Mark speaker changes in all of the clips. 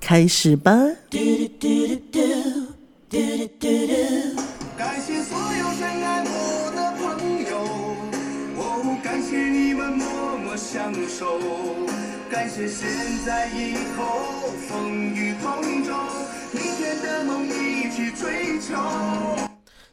Speaker 1: 开始吧！
Speaker 2: 感谢所有深爱我的朋友，哦，感谢你们默默相守，感谢现在以后风雨同舟，明天的梦一起追求。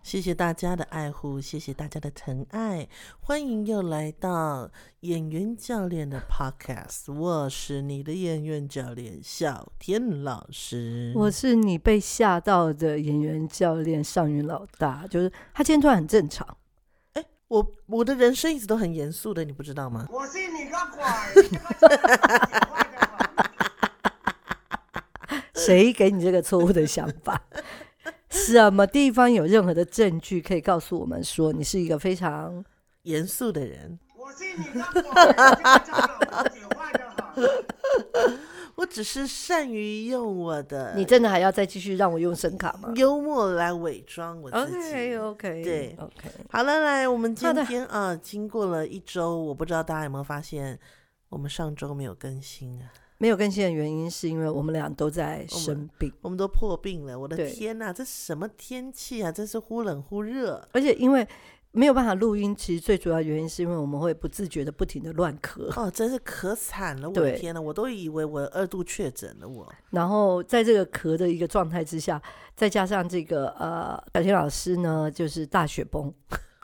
Speaker 1: 谢谢大家的爱护，谢谢大家的疼爱，欢迎又来到演员教练的 Podcast，我是你的演员教练小天老师。
Speaker 3: 我是你被吓到的演员教练尚云老大，就是他今天突然很正常，
Speaker 1: 哎，我我的人生一直都很严肃的，你不知道吗？
Speaker 2: 我信你个鬼！你他妈
Speaker 3: 谁给你这个错误的想法？ 什么地方有任何的证据可以告诉我们说你是一个非常……
Speaker 1: 严肃的人，
Speaker 2: 我信你个鬼！你这个站长换着好。
Speaker 1: 我只是善于用我的
Speaker 3: 你真的还要再继续让我用声卡吗
Speaker 1: 幽默来伪装我自己。
Speaker 3: ？OK OK
Speaker 1: 对
Speaker 3: OK，
Speaker 1: 好了，来，我们今
Speaker 3: 好的
Speaker 1: 天啊，经过了一周，我不知道大家有没有发现，我们上周没有更新啊，
Speaker 3: 没有更新的原因是因为我们俩都在生病。
Speaker 1: 我们都破病了，我的
Speaker 3: 对
Speaker 1: 天呐、这什么天气啊？真是忽冷忽热。
Speaker 3: 而且因为没有办法录音，其实最主要原因是因为我们会不自觉的不停的乱咳，
Speaker 1: 哦，真是可惨了！我
Speaker 3: 对
Speaker 1: 的天呐，我都以为我二度确诊了我。
Speaker 3: 然后在这个咳的一个状态之下，再加上这个呃，小天老师呢就是大雪崩，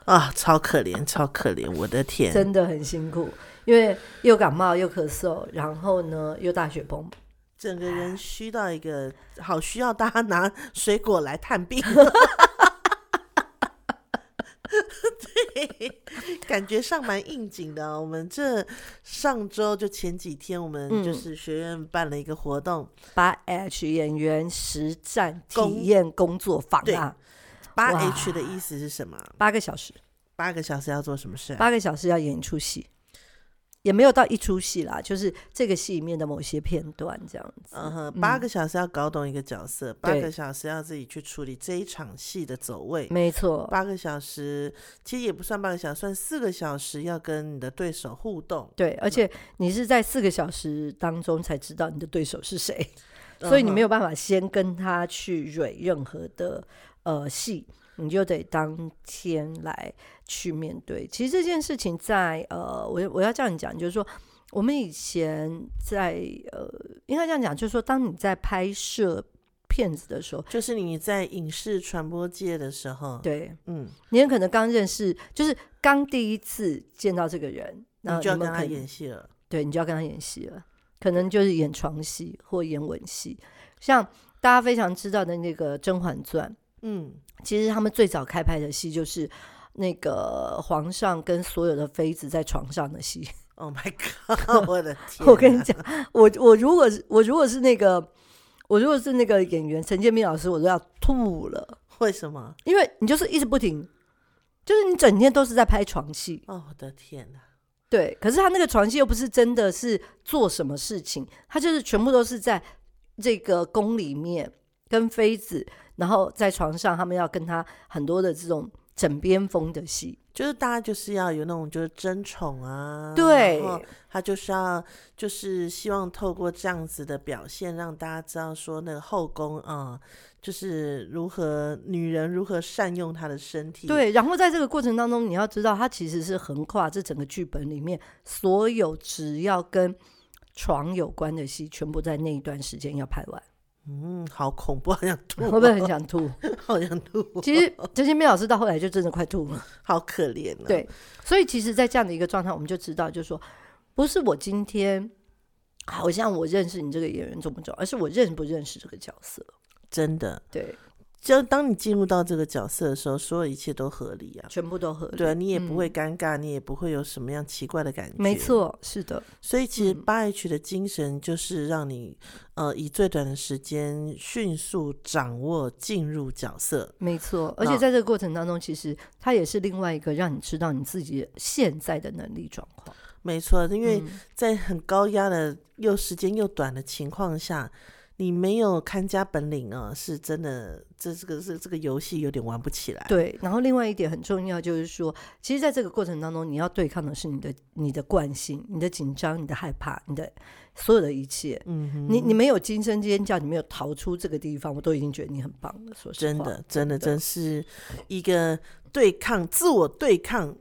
Speaker 1: 啊，超可怜，超可怜！我的天，
Speaker 3: 真的很辛苦，因为又感冒又咳嗽，然后呢又大雪崩，
Speaker 1: 整个人虚到一个，好需要大家拿 水果来探病。 对，感觉上蛮应景的哦、我们这上周就前几天，我们就
Speaker 3: 嗯
Speaker 1: 是学院办了一个活动，
Speaker 3: 八 H 演员实战
Speaker 1: 工
Speaker 3: 体验工作坊
Speaker 1: 对
Speaker 3: 啊，
Speaker 1: 八
Speaker 3: 哇
Speaker 1: H 的意思是什么？
Speaker 3: 八个小时，
Speaker 1: 八个小时要做什么事啊？
Speaker 3: 八个小时要演一出戏。也没有到一出戏啦，就是这个戏里面的某些片段这样子。
Speaker 1: 嗯哼，八个小时要搞懂一个角色，八
Speaker 3: 对
Speaker 1: 个小时要自己去处理这一场戏的走位，
Speaker 3: 没错，
Speaker 1: 八个小时其实也不算八个小时，算四个小时要跟你的对手互动。
Speaker 3: 对，而且你是在四个小时当中才知道你的对手是谁，
Speaker 1: 嗯
Speaker 3: 所以你
Speaker 1: 哼
Speaker 3: 没有办法先跟他去蕊任何的呃戏，你就得当天来去面对。其实这件事情在呃，我我要这样讲，就是说。我们以前在呃，应该这样讲，就是说，当你在拍摄片子的时候，
Speaker 1: 就是你在影视传播界的时候，，
Speaker 3: 对
Speaker 1: 嗯，
Speaker 3: 你很可能刚认识，就是刚第一次见到这个人，然
Speaker 1: 你
Speaker 3: 后
Speaker 1: 就要
Speaker 3: 们
Speaker 1: 跟他
Speaker 3: 可以
Speaker 1: 演戏了。
Speaker 3: 对你就要跟他演戏了，可能就是演床戏或演吻戏。像大家非常知道的那个《甄嬛传
Speaker 1: 嗯，》，
Speaker 3: 其实他们最早开拍的戏就是那个皇上跟所有的妃子在床上的戏。
Speaker 1: Oh my god！我的天、啊
Speaker 3: 我跟你，讲，我我如果是我如果是那个我如果是那个演员陈建斌老师，我都要吐了，
Speaker 1: 为什么？
Speaker 3: 因为你就是一直不停，就是你整天都是在拍床戏。
Speaker 1: 哦，我的天哪！
Speaker 3: 对，可是他那个床戏又不是真的是做什么事情，他就是全部都是在这个宫里面跟妃子，然后在床上，他们要跟他很多的这种枕边风的戏。
Speaker 1: 就是大家就是要有那种就是争宠啊，
Speaker 3: 对
Speaker 1: 然后他就是要就是希望透过这样子的表现，让大家知道说那个后宫啊、就是如何女人如何善用她的身体，，
Speaker 3: 对，然后在这个过程当中，你要知道，他其实是横跨这整个剧本里面所有只要跟床有关的戏，全部在那一段时间要拍 完。
Speaker 1: 嗯，好恐怖，好想 吐、
Speaker 3: 会不会很想吐？
Speaker 1: 好想吐，
Speaker 3: 其实陈建斌老师到后来就真的快吐了。
Speaker 1: 好可怜啊，
Speaker 3: 对，所以其实，在这样的一个状态，我们就知道，就是说，不是我今天好像我认识你这个演员重不重要，而是我认不认识这个角色。
Speaker 1: 真的。
Speaker 3: 对，
Speaker 1: 就当你进入到这个角色的时候，所有一切都合理啊。
Speaker 3: 全部都合理。
Speaker 1: 对啊，你也不会
Speaker 3: 嗯
Speaker 1: 尴尬，你也不会有什么样奇怪的感觉。
Speaker 3: 没，错，是的，
Speaker 1: 所以其实
Speaker 3: 嗯
Speaker 1: 八 H 的精神就是让你、呃以最短的时间迅速掌握进入角色。
Speaker 3: 没错。而且
Speaker 1: 那
Speaker 3: 在这个过程当中，其实它也是另外一个让你知道你自己现在的能力状况。
Speaker 1: 没错，因为
Speaker 3: 嗯
Speaker 1: 在很高压的又时间又短的情况下，你没有看家本领啊，是真的，这这个是这个游戏有点玩不起来。
Speaker 3: 对，然后另外一点很重要就是说，其实在这个过程当中，你要对抗的是你的你的惯性、你的紧张、你的害怕、你的所有的一切。
Speaker 1: 嗯哼，
Speaker 3: 你你没有惊声尖叫，你没有逃出这个地方，我都已经觉得你很棒了。说实
Speaker 1: 真
Speaker 3: 话，
Speaker 1: 的，真的，真是一个对抗自我对抗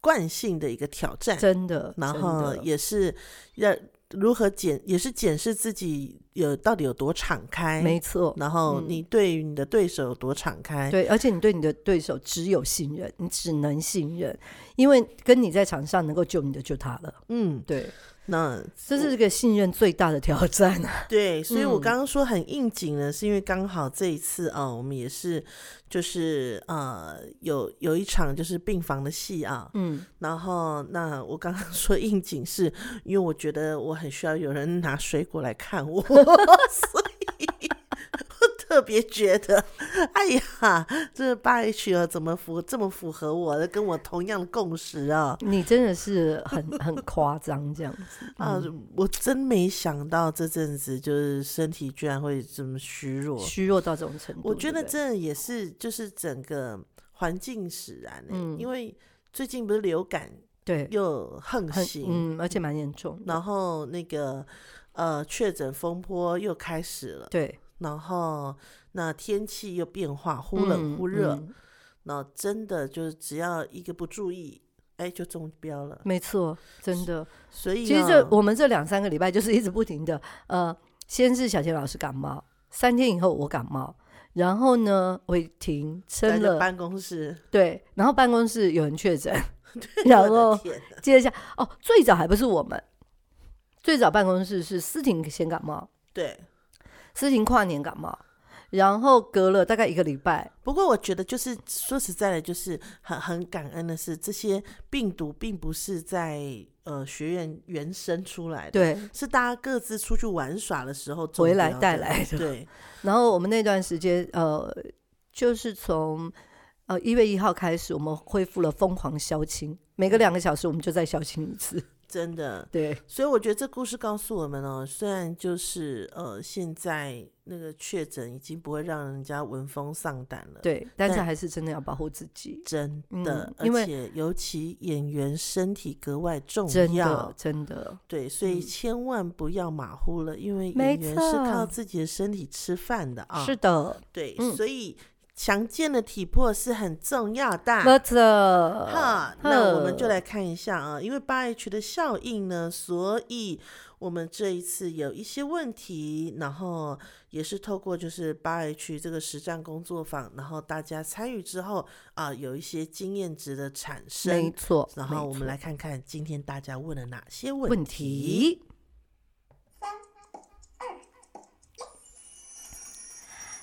Speaker 1: 惯性的一个挑战，
Speaker 3: 真的，
Speaker 1: 然
Speaker 3: 真
Speaker 1: 后
Speaker 3: 的
Speaker 1: 也是要如何检，也是检视自己有到底有多敞开，
Speaker 3: 没错，嗯
Speaker 1: 然后你对于你的对手有多敞开，
Speaker 3: 对，而且你对你的对手只有信任，你只能信任，因为跟你在场上能够救你的就他了。
Speaker 1: 嗯，
Speaker 3: 对，
Speaker 1: 那
Speaker 3: 这是这个信任最大的挑战啊。
Speaker 1: 对，所以我
Speaker 3: 嗯
Speaker 1: 刚刚说很应景呢，是因为刚好这一次啊、我们也是就是呃有有一场就是病房的戏啊，
Speaker 3: 嗯，
Speaker 1: 然后，那我刚刚 说应景是，因为我觉得我很需要有人拿水果来看我， 所以我特别觉得，哎呀，这八 H 哦，怎么符这么符合我的，跟我同样的共识啊
Speaker 3: 嗯你真的是很很夸张这样子。
Speaker 1: 啊！
Speaker 3: 嗯
Speaker 1: 我真没想到这阵子就是身体居然会这么虚弱，
Speaker 3: 虚弱到这种程度，
Speaker 1: 我觉
Speaker 3: 对
Speaker 1: 得
Speaker 3: 不对
Speaker 1: 这也是就是整个环境使然、欸，
Speaker 3: 嗯
Speaker 1: 因为最近不是流感
Speaker 3: 对
Speaker 1: 又横
Speaker 3: 很
Speaker 1: 行，
Speaker 3: 嗯，而且蛮严重的。
Speaker 1: 然后那个呃确诊风波又开始了，
Speaker 3: 对，
Speaker 1: 然后那天气又变化，忽冷
Speaker 3: 嗯
Speaker 1: 忽热，
Speaker 3: 嗯
Speaker 1: 那、真的就是只要一个不注意，哎，就中标了。
Speaker 3: 没错，真的。
Speaker 1: 所以、啊、
Speaker 3: 嗯其实这我们这两三个礼拜就是一直不停的，呃，先是小钱老师感冒，三天以后我感冒，然后呢，伟霆
Speaker 1: 在
Speaker 3: 撑
Speaker 1: 这
Speaker 3: 了
Speaker 1: 办公室，
Speaker 3: 对，然后办公室有人 确诊，然
Speaker 1: 我
Speaker 3: 后
Speaker 1: 的天哪
Speaker 3: 接着下哦，最早还不是我们，最早办公室是思婷先感冒，
Speaker 1: 对。
Speaker 3: 思婷跨年感冒，然后隔了大概一个礼拜，
Speaker 1: 不过我觉得就是说实在的，就是很很感恩的是，这些病毒并不是在呃学院原生出来的，，
Speaker 3: 对，
Speaker 1: 是大家各自出去玩耍的时候中
Speaker 3: 回来
Speaker 1: 标
Speaker 3: 带
Speaker 1: 的
Speaker 3: 来的
Speaker 1: 对，
Speaker 3: 然后我们那段时间呃，就是从呃一月一号开始，我们恢复了疯狂消清，每隔两个小时我们就再消清一次，
Speaker 1: 真的，
Speaker 3: 对，
Speaker 1: 所以我觉得这故事告诉我们哦，虽然就是呃，现在那个确诊已经不会让人家闻风丧胆了，，
Speaker 3: 对，但是
Speaker 1: 但
Speaker 3: 还是真的要保护自己，
Speaker 1: 真的，
Speaker 3: 嗯因为
Speaker 1: 而且尤其演员身体格外重
Speaker 3: 真的
Speaker 1: 要，
Speaker 3: 真的
Speaker 1: 对，所以
Speaker 3: 嗯
Speaker 1: 千万不要马虎了，因为
Speaker 3: 没
Speaker 1: 演员是靠
Speaker 3: 错
Speaker 1: 自己的身体吃饭的啊，
Speaker 3: 是的，
Speaker 1: 对，
Speaker 3: 嗯
Speaker 1: 所以强健的体魄是很重要的，
Speaker 3: 没错，
Speaker 1: 哈，那我们就
Speaker 3: 呵
Speaker 1: 来看一下啊，因为八 H 的效应呢，所以我们这一次有一些问题，然后也是透过就是八 H 这个实战工作坊，然后大家参与之后啊、有一些经验值的产
Speaker 3: 没
Speaker 1: 生。
Speaker 3: 错，
Speaker 1: 然
Speaker 3: 没
Speaker 1: 后我们
Speaker 3: 错
Speaker 1: 来看看今天大家问了哪些
Speaker 3: 问
Speaker 1: 问题。
Speaker 3: 题。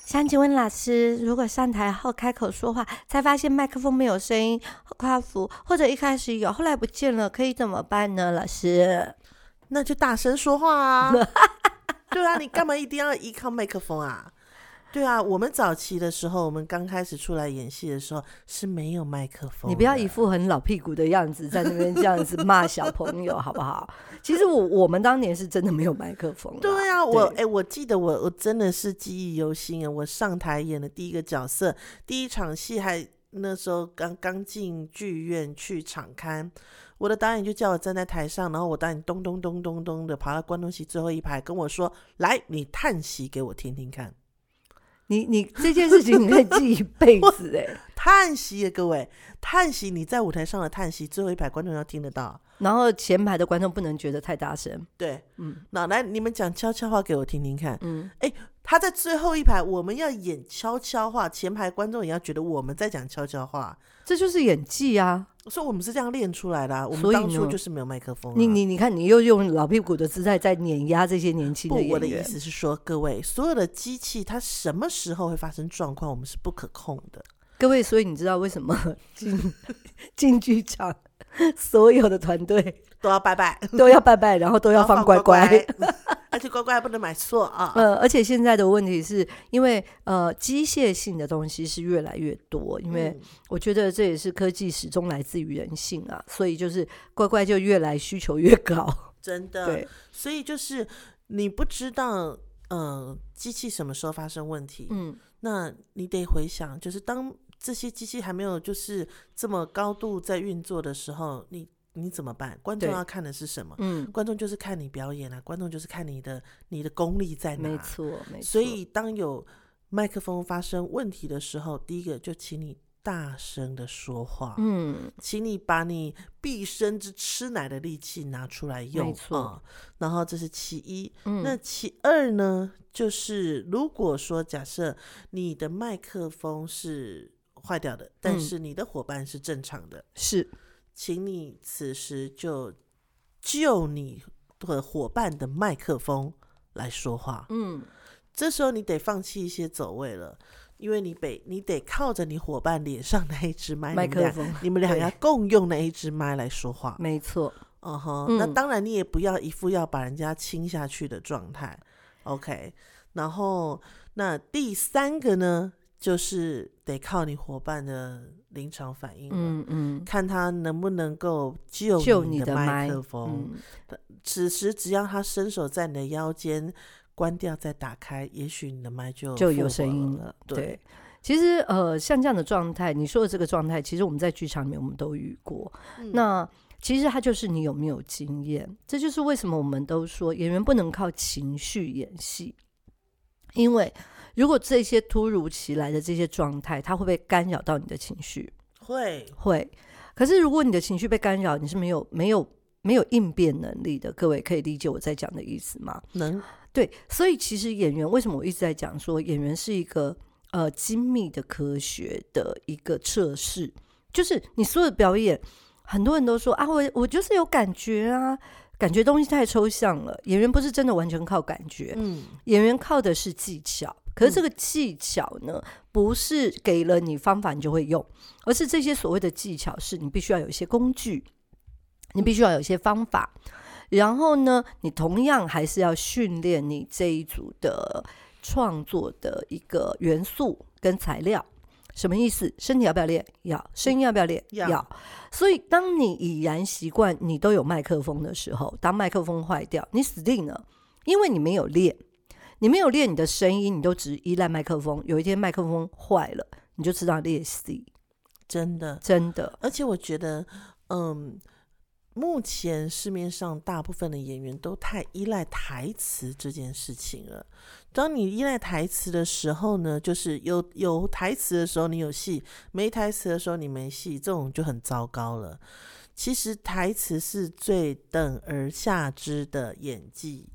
Speaker 4: 想请问老师，如果上台后开口说话，才发现麦克风没有声音，夸服，或者一开始有，后来不见了，可以怎么办呢？老师，
Speaker 1: 那就大声说话 啊！对啊，你干嘛一定要依靠麦克风啊？对啊，我们早期的时候，我们刚开始出来演戏的时候是没有麦克风的。
Speaker 3: 你不要一副很老屁股的样子，在那边这样子骂小朋友，好不好？ 其实我我们当年是真的没有麦克风啦，
Speaker 1: 对啊，我哎、
Speaker 3: 对
Speaker 1: 我记得我我真的是记忆犹新啊！我上台演的第一个角色，第一场戏还那时候刚刚进剧院去场刊，我的导演就叫我站在台上，然后我导演咚咚咚咚咚的爬到观众席最后一排，跟我说：“来，你叹息给我听听看，
Speaker 3: 你你这件事情你可以记一辈子哎、
Speaker 1: 叹息耶，各位，叹息！你在舞台上的叹息，最后一排观众要听得到。
Speaker 3: 然后前排的观众不能觉得太大声，
Speaker 1: 对，
Speaker 3: 嗯
Speaker 1: 那来你们讲悄悄话给我听听看。”
Speaker 3: 嗯，
Speaker 1: 他在最后一排，我们要演悄悄话，前排观众也要觉得我们在讲悄悄话。
Speaker 3: 这就是演技啊，
Speaker 1: 所以我们是这样练出来的、啊。我们
Speaker 3: 所以
Speaker 1: 当初
Speaker 3: 呢
Speaker 1: 就是没有麦克风、啊。
Speaker 3: 你你你看，你又用老屁股的姿态在碾压这些年轻
Speaker 1: 不
Speaker 3: 的，演
Speaker 1: 我的意
Speaker 3: 员。
Speaker 1: 思是说，各位，所有的机器它什么时候会发生状况，我们是不可控的。
Speaker 3: 各位，所以你知道为什么 进进剧场， 所有的团 队
Speaker 1: 都要拜拜，
Speaker 3: 都要拜拜，然后 都要放乖
Speaker 1: 乖
Speaker 3: 乖。，
Speaker 1: 而且乖乖还不能买错啊。
Speaker 3: 呃，而且现在的问题是因为呃，机械性的东西是越来越多，因为
Speaker 1: 嗯
Speaker 3: 我觉得这也是科技始终来自于人性啊，所以就是乖乖就越来需求越高。
Speaker 1: 真 的
Speaker 3: 对，，
Speaker 1: 所以就是你不知道，呃，机器什么时候发生问题，
Speaker 3: 嗯，
Speaker 1: 那你得回想，就是当这些机器还没有就是这么高度在运作的时候，你你怎么办？观众
Speaker 3: 对
Speaker 1: 要看的是什么？
Speaker 3: 嗯，
Speaker 1: 观众就是看你表演啊，观众就是看你的你的功力在哪。
Speaker 3: 没错，没错。
Speaker 1: 啊所以当有麦克风发生问题的时候，第一个就请你大声的说话，
Speaker 3: 嗯，
Speaker 1: 请你把你毕生之吃奶的力气拿出来用
Speaker 3: 没错
Speaker 1: 啊、然后这是其一，
Speaker 3: 嗯
Speaker 1: 那其二呢，就是如果说假设你的麦克风是坏掉的，但
Speaker 3: 嗯
Speaker 1: 是你的伙伴是正常的，
Speaker 3: 是
Speaker 1: 请你此时就就你的伙伴的麦克风来说话。
Speaker 3: 嗯，
Speaker 1: 这时候你得放弃一些走位了，因为你得你得靠着你伙伴脸上那一只麦，
Speaker 3: 麦
Speaker 1: 你们
Speaker 3: 克
Speaker 1: 俩
Speaker 3: 风，
Speaker 1: 你们俩
Speaker 3: 对
Speaker 1: 要共用那一只麦来说话。
Speaker 3: 没错，
Speaker 1: 嗯哼，
Speaker 3: 嗯
Speaker 1: 那当然你也不要一副要把人家亲下去的状态。OK，然后那第三个呢，就是得靠你伙伴的临场反应了。
Speaker 3: 嗯嗯，
Speaker 1: 看他能不能够救
Speaker 3: 就
Speaker 1: 你
Speaker 3: 的
Speaker 1: 麦
Speaker 3: 麦
Speaker 1: 克风。
Speaker 3: 嗯，
Speaker 1: 此时只要他伸手在你的腰间关掉再打开，也许你的麦就
Speaker 3: 就
Speaker 1: 复
Speaker 3: 有
Speaker 1: 活
Speaker 3: 声音
Speaker 1: 了
Speaker 3: 了。。对，其实呃，像这样的状态，你说的这个状态，其实我们在剧场里面我们都遇过。
Speaker 1: 嗯
Speaker 3: 那其实它就是你有没有经验，这就是为什么我们都说演员不能靠情绪演戏，因为如果这些突如其来的这些状态，它会不会干扰到你的情绪？
Speaker 1: 会
Speaker 3: 会。可是如果你的情绪被干扰，你是没有没有没有应变能力的。各位可以理解我在讲的意思吗？
Speaker 1: 能
Speaker 3: 对，所以其实演员为什么我一直在讲说演员是一个呃精密的科学的一个测试，就是你所有的表演，很多人都说啊，我我就是有感觉啊，感觉东西太抽象了。演员不是真的完全靠感觉，
Speaker 1: 嗯
Speaker 3: 演员靠的是技巧。可是这个技巧呢，不是给了你方法你就会用，而是这些所谓的技巧是你必须要有一些工具，你必须要有一些方法。然后呢，你同样还是要训练你这一组的创作的一个元素跟材料。什么意思？身体要不要练？要。声音要不要练？
Speaker 1: 要
Speaker 3: 所以，当你已然习惯你都有麦克风的时候，当麦克风坏掉，你死定了，因为你没有练，你没有练你的声音，你都只依赖麦克风。有一天麦克风坏了，你就知道练习，
Speaker 1: 真的，
Speaker 3: 真的，
Speaker 1: 而且我觉得，嗯。目前市面上大部分的演员都太依赖台词这件事情了。当你依赖台词的时候呢，就是有有台词的时候你有戏，没台词的时候你没戏，这种就很糟糕了。其实台词是最等而下之的演 技，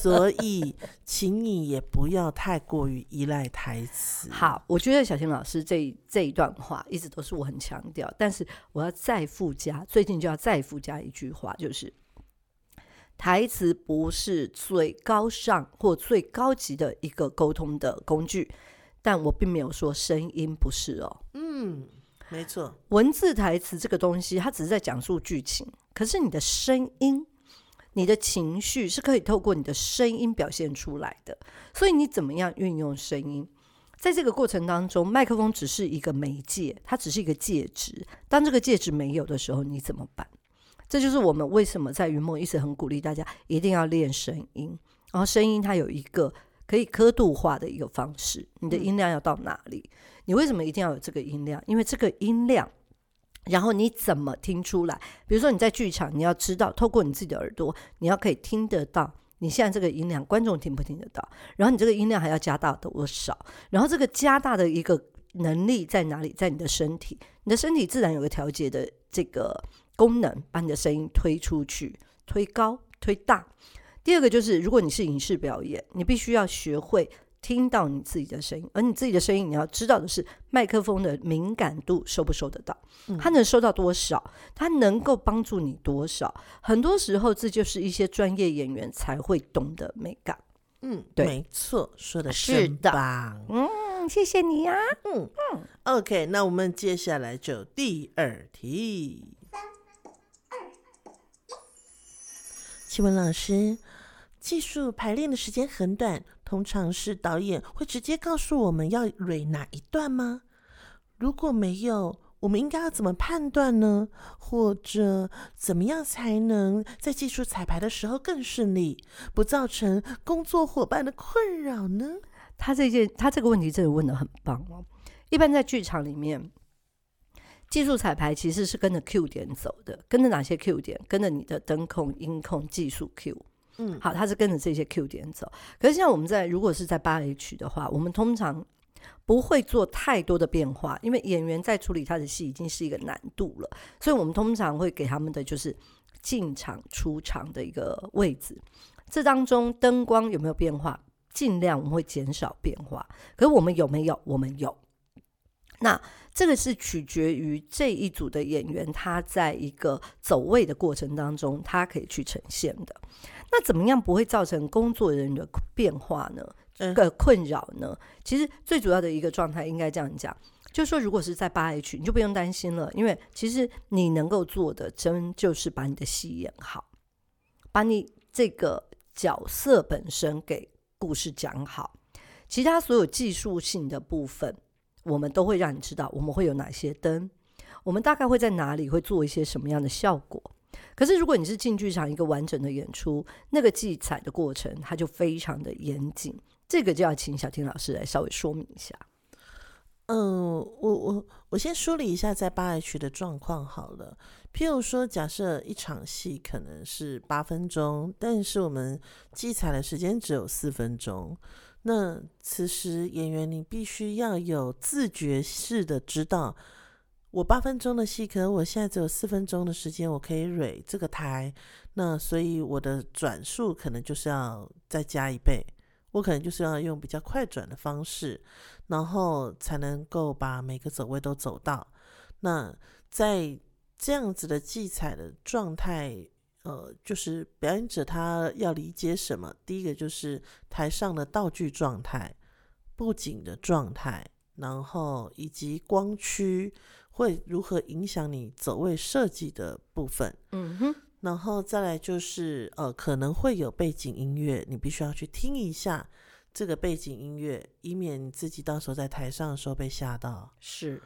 Speaker 1: 所以请你也不要太过于依赖台词。
Speaker 3: 好，我觉得小田老师这一这一段话一直都是我很强调，但是我要再附加，最近就要再附加一句话，就是台词不是最高尚或最高级的一个沟通的工具，但我并没有说声音不是哦。
Speaker 1: 嗯，没错，
Speaker 3: 文字台词这个东西，它只是在讲述剧情，可是你的声音、你的情绪是可以透过你的声音表现出来的。所以你怎么样运用声音，在这个过程当中，麦克风只是一个媒介，它只是一个介质。当这个介质没有的时候，你怎么办？这就是我们为什么在云梦一直很鼓励大家一定要练声音，然后声音它有一个可以刻度化的一个方式，你的音量要到哪里？你为什么一定要有这个音量？因为这个音量，然后你怎么听出来？比如说你在剧场，你要知道，透过你自己的耳朵，你要可以听得到你现在这个音量，观众听不听得到？然后你这个音量还要加大多少？然后这个加大的一个能力在哪里？在你的身体，你的身体自然有个调节的这个功能，把你的声音推出去、推高、推大。第二个就是，如果你是影视表演，你必须要学会听到你自己的声音，而你自己的声音，你要知道的是麦克风的敏感度收不收得到，
Speaker 4: 嗯
Speaker 3: 它能收到多少，它能够帮助你多少。很多时候，这就是一些专业演员才会懂得美感。
Speaker 1: 嗯，
Speaker 3: 对
Speaker 1: 没错，说的
Speaker 3: 是
Speaker 1: 真
Speaker 3: 的
Speaker 1: 棒。
Speaker 4: 嗯，谢谢你呀、
Speaker 1: 嗯嗯，OK，那我们接下来就第二题。请问老师，技术排练的时间很短，通常是导演会直接告诉我们要蕊哪一段吗？如果没有，我们应该要怎么判断呢？或者怎么样才能在技术彩排的时候更顺利，不造成工作伙伴的困扰呢？
Speaker 3: 他这件他这个问题真的问的很棒哦。一般在剧场里面，技术彩排其实是跟着 Q 点走的，跟着哪些 Q 点？跟着你的灯控、音控、技术 Q。
Speaker 1: 嗯
Speaker 3: 好，它是跟着这些 Q 点走。可是像我们在如果是在八 H 的话，我们通常不会做太多的变化，因为演员在处理他的戏已经是一个难度了，所以我们通常会给他们的就是进场、出场的一个位置。这当中灯光有没有变化？尽量我们会减少变化。可是我们有没有？我们有。那这个是取决于这一组的演员，他在一个走位的过程当中，他可以去呈现的。那怎么样不会造成工作人员的变化呢？
Speaker 1: 嗯
Speaker 3: 个困扰呢？其实最主要的一个状态应该这样讲，就是说，如果是在八 H，你就不用担心了，因为其实你能够做的，真就是把你的戏演好，把你这个角色本身给故事讲好，其他所有技术性的部分，我们都会让你知道我们会有哪些灯，我们大概会在哪里会做一些什么样的效果。可是如果你是进剧场一个完整的演出，那个记载的过程它就非常的严谨，这个就要请小婷老师来稍微说明一下。
Speaker 1: 嗯，我我我先梳理一下在八 H 的状况好了。譬如说，假设一场戏可能是八分钟，但是我们记采的时间只有四分钟。那此时演员你必须要有自觉式的知道，我八分钟的戏，可能我现在只有四分钟的时间，我可以蕊这个台，那所以我的转速可能就是要再加一倍，我可能就是要用比较快转的方式。然后才能够把每个走位都走到。那在这样子的记采的状态，呃，就是表演者他要理解什么？第一个就是台上的道具状态、布景的状态，然后以及光区会如何影响你走位设计的部分。
Speaker 3: 嗯哼，
Speaker 1: 然后再来就是呃，可能会有背景音乐，你必须要去听一下这个背景音乐，以免你自己到时候在台上的时候被吓到。
Speaker 3: 是，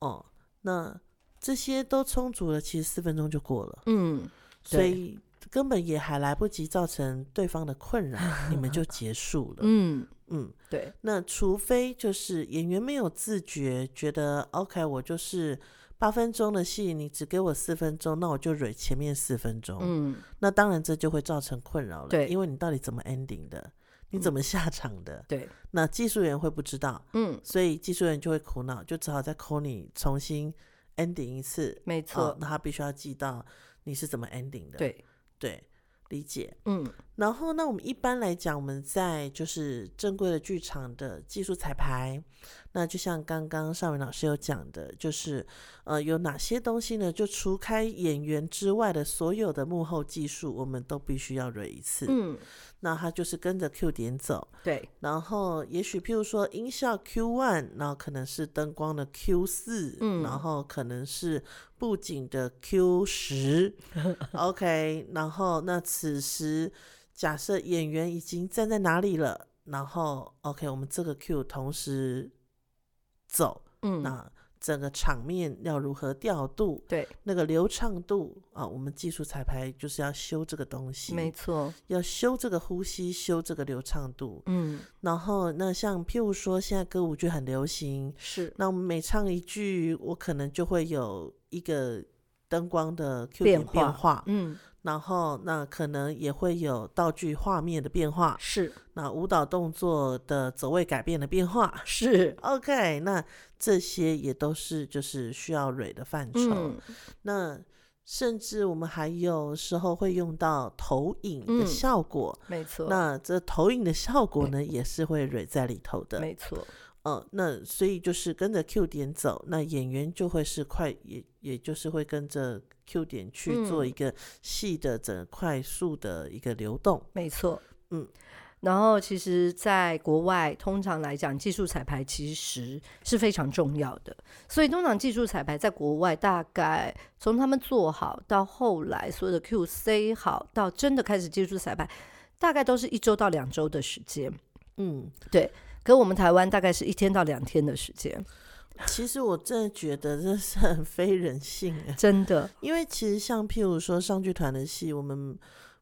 Speaker 1: 哦，那这些都充足了，其实四分钟就过了，
Speaker 3: 嗯，
Speaker 1: 所
Speaker 3: 对
Speaker 1: 以根本也还来不及造成对方的困扰，你们就结束了。
Speaker 3: 嗯，
Speaker 1: 嗯，
Speaker 3: 对，
Speaker 1: 那除非就是演员没有自觉，觉得 OK，我就是八分钟的戏，你只给我四分钟，那我就蕊前面四分钟。
Speaker 3: 嗯，
Speaker 1: 那当然这就会造成困扰了，
Speaker 3: 对嗯
Speaker 1: 因为你到底怎么 ending 的，你怎么下场的，
Speaker 3: 对，
Speaker 1: 那技术员会不知道，
Speaker 3: 嗯，
Speaker 1: 所以技术员就会苦恼，就只好再 call 你重新 ending 一次，
Speaker 3: 没
Speaker 1: 哦
Speaker 3: 错，，
Speaker 1: 那他必须要记到你是怎么 ending 的，
Speaker 3: 对，
Speaker 1: 对，理解。
Speaker 3: 嗯，
Speaker 1: 然后呢，我们一般来讲，我们在就是正规的剧场的技术彩排，那就像刚刚尚文老师有讲的，就是呃有哪些东西呢？就除开演员之外的所有的幕后技术，我们都必须要蕊一次。
Speaker 3: 嗯，
Speaker 1: 那它就是跟着 Q 点走，
Speaker 3: 对，
Speaker 1: 然后也许譬如说音效 Q one，然后可能是灯光的 Q 四、
Speaker 3: 嗯
Speaker 1: 然后可能是布景的 Q 十，OK，然后那此时假设演员已经站在哪里了，然后 OK，我们这个 Q 同时走，
Speaker 3: 嗯，
Speaker 1: 那整个场面要如何调度，
Speaker 3: 对，
Speaker 1: 那个流畅度啊，我们技术彩排就是要修这个东西，
Speaker 3: 没错，
Speaker 1: 要修这个呼吸，修这个流畅度，
Speaker 3: 嗯，
Speaker 1: 然后那像譬如说，现在歌舞剧很流行，
Speaker 3: 是
Speaker 1: 那我们每唱一句，我可能就会有一个灯光的 Q
Speaker 3: 变
Speaker 1: 点变化，
Speaker 3: 嗯，
Speaker 1: 然后那可能也会有道具画面的变化，
Speaker 3: 是
Speaker 1: 那舞蹈动作的走位改变的变化。
Speaker 3: 是，
Speaker 1: OK，那这些也都是就是需要蕊的范畴。
Speaker 3: 嗯，
Speaker 1: 那甚至我们还有时候会用到投影的
Speaker 3: 嗯
Speaker 1: 效果。
Speaker 3: 没错，
Speaker 1: 那这投影的效果呢，也是会蕊在里头的。
Speaker 3: 没错，
Speaker 1: 呃，那所以就是跟着 Q 点走，那演员就会是快，也也就是会跟着 Q 点去做
Speaker 3: 嗯
Speaker 1: 一个戏的整个快速的一个流动。
Speaker 3: 没错，
Speaker 1: 嗯。
Speaker 3: 然后，其实，在国外通常来讲，技术彩排其实是非常重要的。所以，通常技术彩排在国外，大概从他们做好到后来所有的 QC 好，到真的开始技术彩排，大概都是一周到两周的时间。
Speaker 1: 嗯，
Speaker 3: 可我们台湾大概是一天到两天的时间，
Speaker 1: 其实我真的觉得这是很非人性哎，
Speaker 3: 真的。
Speaker 1: 因为其实像譬如说上剧团的戏，我们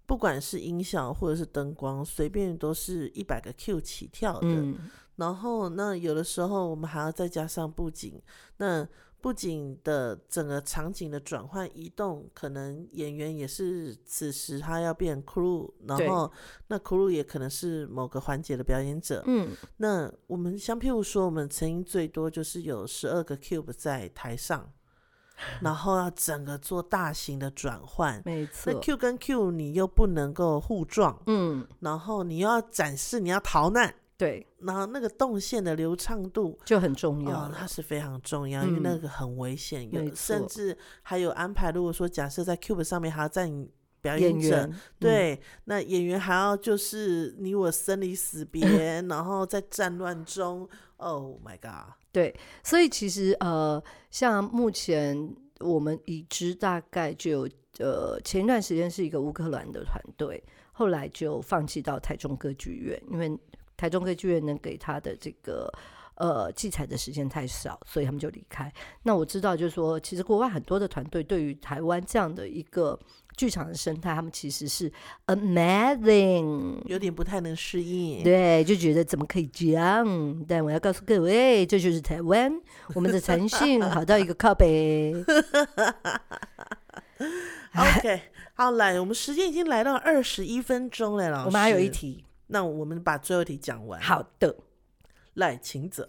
Speaker 1: 不管是音效或者是灯光，随便都是一百个 Q 起跳的。
Speaker 3: 嗯，
Speaker 1: 然后那有的时候我们还要再加上布景，那布景的整个场景的转换移动，可能演员也是此时他要变 crew，
Speaker 3: 对
Speaker 1: 然后那 crew 也可能是某个环节的表演者。
Speaker 3: 嗯，
Speaker 1: 那我们像譬如说，我们曾经最多就是有十二个 cube 在台上，然后要整个做大型的转换。
Speaker 3: 没
Speaker 1: 那
Speaker 3: 错。
Speaker 1: Q 跟 Q 你又不能够互撞，
Speaker 3: 嗯，
Speaker 1: 然后你又要展示你要逃难，
Speaker 3: 对，
Speaker 1: 然后那个动线的流畅度，
Speaker 3: 就很重要
Speaker 1: 哦，
Speaker 3: 了。
Speaker 1: 它是非常重要，因为那
Speaker 3: 嗯
Speaker 1: 个很危险，
Speaker 3: 没
Speaker 1: 有
Speaker 3: 错
Speaker 1: 甚至还有安排。如果说假设在 Cube 上面还要站表
Speaker 3: 演
Speaker 1: 演者，
Speaker 3: 员，嗯
Speaker 1: 对，那演员还要就是你我生离死别，然后在战乱中，Oh my god！
Speaker 3: 对，所以其实呃，像目前我们已知大概就有呃，前一段时间是一个乌克兰的团队，后来就放弃到台中歌剧院，因为台中歌剧院能给他的这个。呃，器材的时间太少，所以他们就离开。那我知道，就是说，其实国外很多的团队对于台湾这样的一个剧场的生态，他们其实是 amazing，
Speaker 1: 有点不太能适应。
Speaker 3: 嗯对，就觉得怎么可以这样？但我要告诉各位，这就是台湾，我们的诚信好到一个靠北。
Speaker 1: OK，好， 来，我们时间已经来到二十一分钟了，老师。
Speaker 3: 我们还有一，题，
Speaker 1: 那我们把最后一题讲完。，
Speaker 3: 好的，
Speaker 1: 来，请走。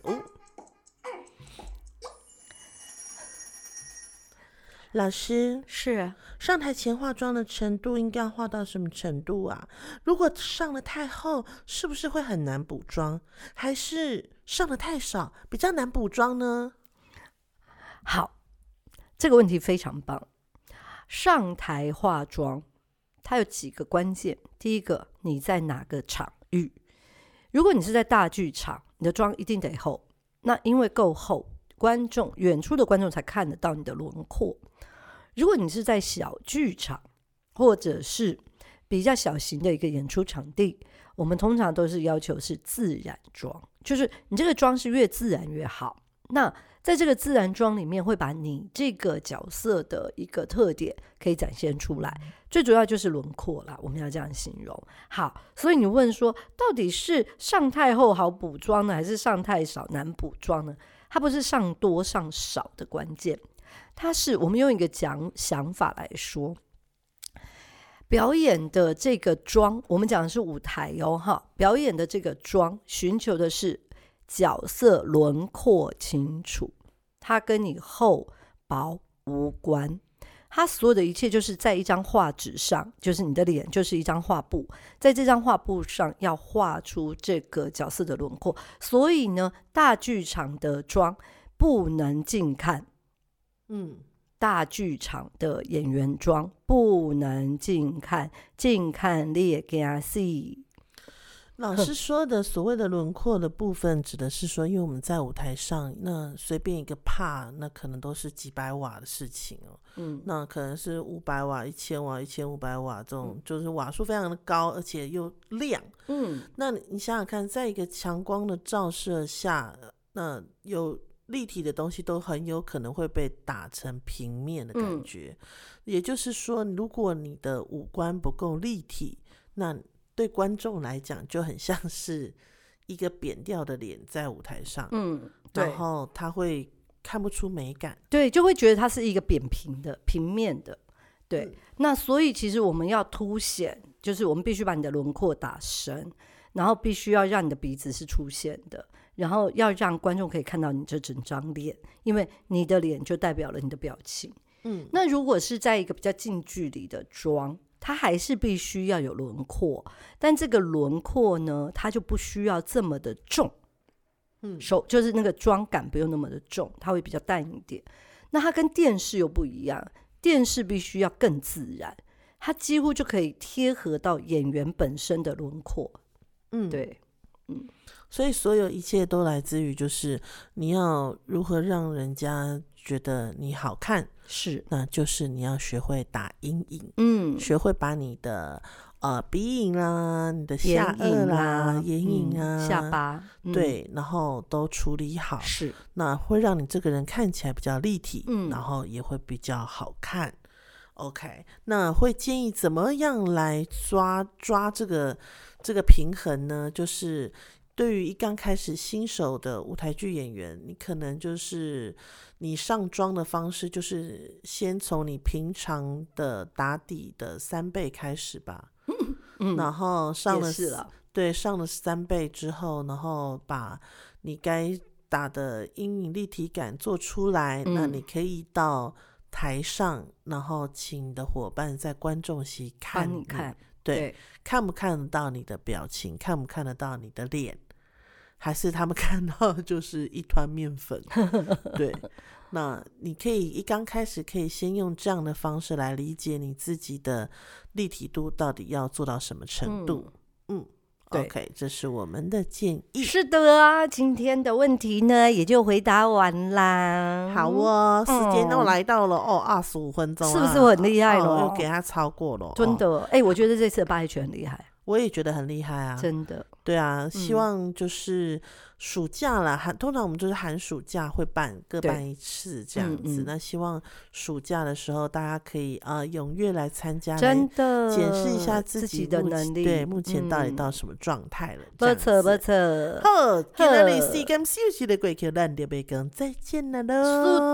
Speaker 1: 老师，
Speaker 3: 是
Speaker 1: 上台前化妆的程度应该要化到什么程度啊？如果上的太厚，是不是会很难补妆？还是上的太少比较难补妆呢？
Speaker 3: 好，这个问题非常棒。上台化妆，它有几个关键。第一个，你在哪个场域？如果你是在大剧场，你的妆一定得厚，那因为够厚，观众远处的观众才看得到你的轮廓。如果你是在小剧场，或者是比较小型的一个演出场地，我们通常都是要求是自然妆，就是你这个妆是越自然越好。那在这个自然妆里面，会把你这个角色的一个特点可以展现出来，最主要就是轮廓啦，我们要这样形容。好，所以你问说，到底是上太厚好补妆呢，还是上太少难补妆呢？它不是上多上少的关键，它是我们用一个讲想法来说，表演的这个妆，我们讲的是舞台哦，哈，表演的这个妆，寻求的是角色轮廓清楚，它跟你厚薄无关。它所有的一切就是在一张画纸上，就是你的脸就是一张画布，在这张画布上要画出这个角色的轮廓。所以呢，大剧场的妆不能近看，
Speaker 1: 嗯，
Speaker 3: 大剧场的演员妆不能近看，近看列加戏。
Speaker 1: 老师说的所谓的轮廓的部分，指的是说，因为我们在舞台上，那随便一个帕，那可能都是几百瓦的事情哦。
Speaker 3: 嗯，
Speaker 1: 那可能是五百瓦、一千瓦、一千五百瓦这种，就是瓦数非常的高，而且又亮。
Speaker 3: 嗯，
Speaker 1: 那你想想看，在一个强光的照射下，呃那有立体的东西都很有可能会被打成平面的感
Speaker 3: 嗯
Speaker 1: 觉。也就是说，如果你的五官不够立体，那对观众来讲就很像是一个扁掉的脸在舞台上，
Speaker 3: 嗯，对
Speaker 1: 然后他会看不出美感。
Speaker 3: 对，就会觉得它是一个扁平的、平面的。对，
Speaker 1: 嗯
Speaker 3: 那所以其实我们要凸显，就是我们必须把你的轮廓打深，然后必须要让你的鼻子是出现的，然后要让观众可以看到你这整张脸，因为你的脸就代表了你的表情。
Speaker 1: 嗯
Speaker 3: 那如果是在一个比较近距离的妆，它还是必须要有轮廓，但这个轮廓呢，它就不需要这么的重，
Speaker 1: 嗯
Speaker 3: 手就是那个妆感不用那么的重，它会比较淡一点。那它跟电视又不一样，电视必须要更自然，它几乎就可以贴合到演员本身的轮廓。
Speaker 1: 嗯，
Speaker 3: 对，
Speaker 1: 所以所有一切都来自于就是你要如何让人家觉得你好看，
Speaker 3: 是，
Speaker 1: 那就是你要学会打阴影，
Speaker 3: 嗯，
Speaker 1: 学会把你的呃鼻影啦、你的下
Speaker 3: 眼
Speaker 1: 颚
Speaker 3: 影
Speaker 1: 啦、眼影
Speaker 3: 嗯
Speaker 1: 啊、
Speaker 3: 下。巴，嗯，
Speaker 1: 对，然后都处理好，
Speaker 3: 是，
Speaker 1: 那会让你这个人看起来比较立体，
Speaker 3: 嗯
Speaker 1: 然后也会比较好看。OK，那会建议怎么样来抓抓这个这个平衡呢？就是对于一刚开始新手的舞台剧演员，你可能就是你上妆的方式，就是先从你平常的打底的三倍开始吧。
Speaker 3: 嗯，
Speaker 1: 然后上
Speaker 3: 也
Speaker 1: 了
Speaker 3: 是了，
Speaker 1: 对，上了三倍之后，然后把你该打的阴影立体感做出来，那
Speaker 3: 嗯
Speaker 1: 你可以到台上，然后请你的伙伴在观众席看
Speaker 3: 帮你看，
Speaker 1: 对，，看不看得到你的表情，看不看得到你的脸，还是他们 看到的就是一团面 粉？对，那你可以一刚开始可以先用这样的方式来理解你自己的立体度到底要做到什么程度。嗯
Speaker 3: 对
Speaker 1: o k 这是我们的建议。
Speaker 3: 是的啊，今天的问题呢也就回答完啦。
Speaker 1: 好，哦，时间都来到了哦，二十五分钟啊，
Speaker 3: 是不是很厉害
Speaker 1: 哦
Speaker 3: 咯
Speaker 1: 又给他超过了，
Speaker 3: 真
Speaker 1: 哦，
Speaker 3: 的，哎、我觉得这次的八一拳很厉害，
Speaker 1: 我也觉得很厉害啊，
Speaker 3: 真的。嗯
Speaker 1: 对啊，希望就是暑假啦，寒通常我们就是寒暑假会办各
Speaker 3: 对
Speaker 1: 办一次这样子。
Speaker 3: 嗯嗯
Speaker 1: 那希望暑假的时候大家可以啊、呃踊跃来参加，
Speaker 3: 真的
Speaker 1: 检视一下自
Speaker 3: 自己
Speaker 1: 己
Speaker 3: 的
Speaker 1: 目
Speaker 3: 能
Speaker 1: 前
Speaker 3: 力，
Speaker 1: 对目前到底
Speaker 3: 嗯
Speaker 1: 到什么状态了。这
Speaker 3: 不
Speaker 1: 样
Speaker 3: 错不
Speaker 1: 子
Speaker 3: 错，
Speaker 1: 好，今天的
Speaker 3: 呵
Speaker 1: C 跟休息的鬼球烂掉被跟再见了喽，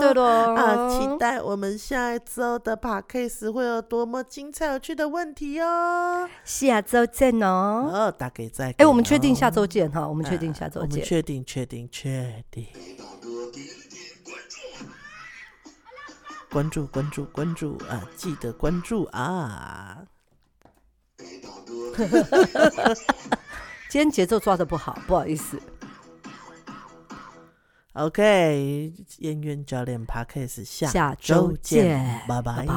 Speaker 3: 是的咯。
Speaker 1: 啊，期待我们下一周的 p a c a s e 会有多么精彩有趣的问题哦。
Speaker 3: 下周见哦。
Speaker 1: 哦，大概再哎
Speaker 3: 哎、我们确定下周见哈，我们确定下周
Speaker 1: 我们
Speaker 3: 见。
Speaker 1: 确定，确定，确定。关注，关注，关注啊！记得关注啊！
Speaker 3: 今天节奏抓的不好，不好意思。
Speaker 1: OK，演员教练 Podcast 下
Speaker 3: 下周
Speaker 1: 周见
Speaker 3: 见，
Speaker 1: 拜
Speaker 3: 拜
Speaker 1: 拜。
Speaker 3: 拜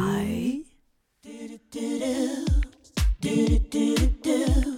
Speaker 2: do do do do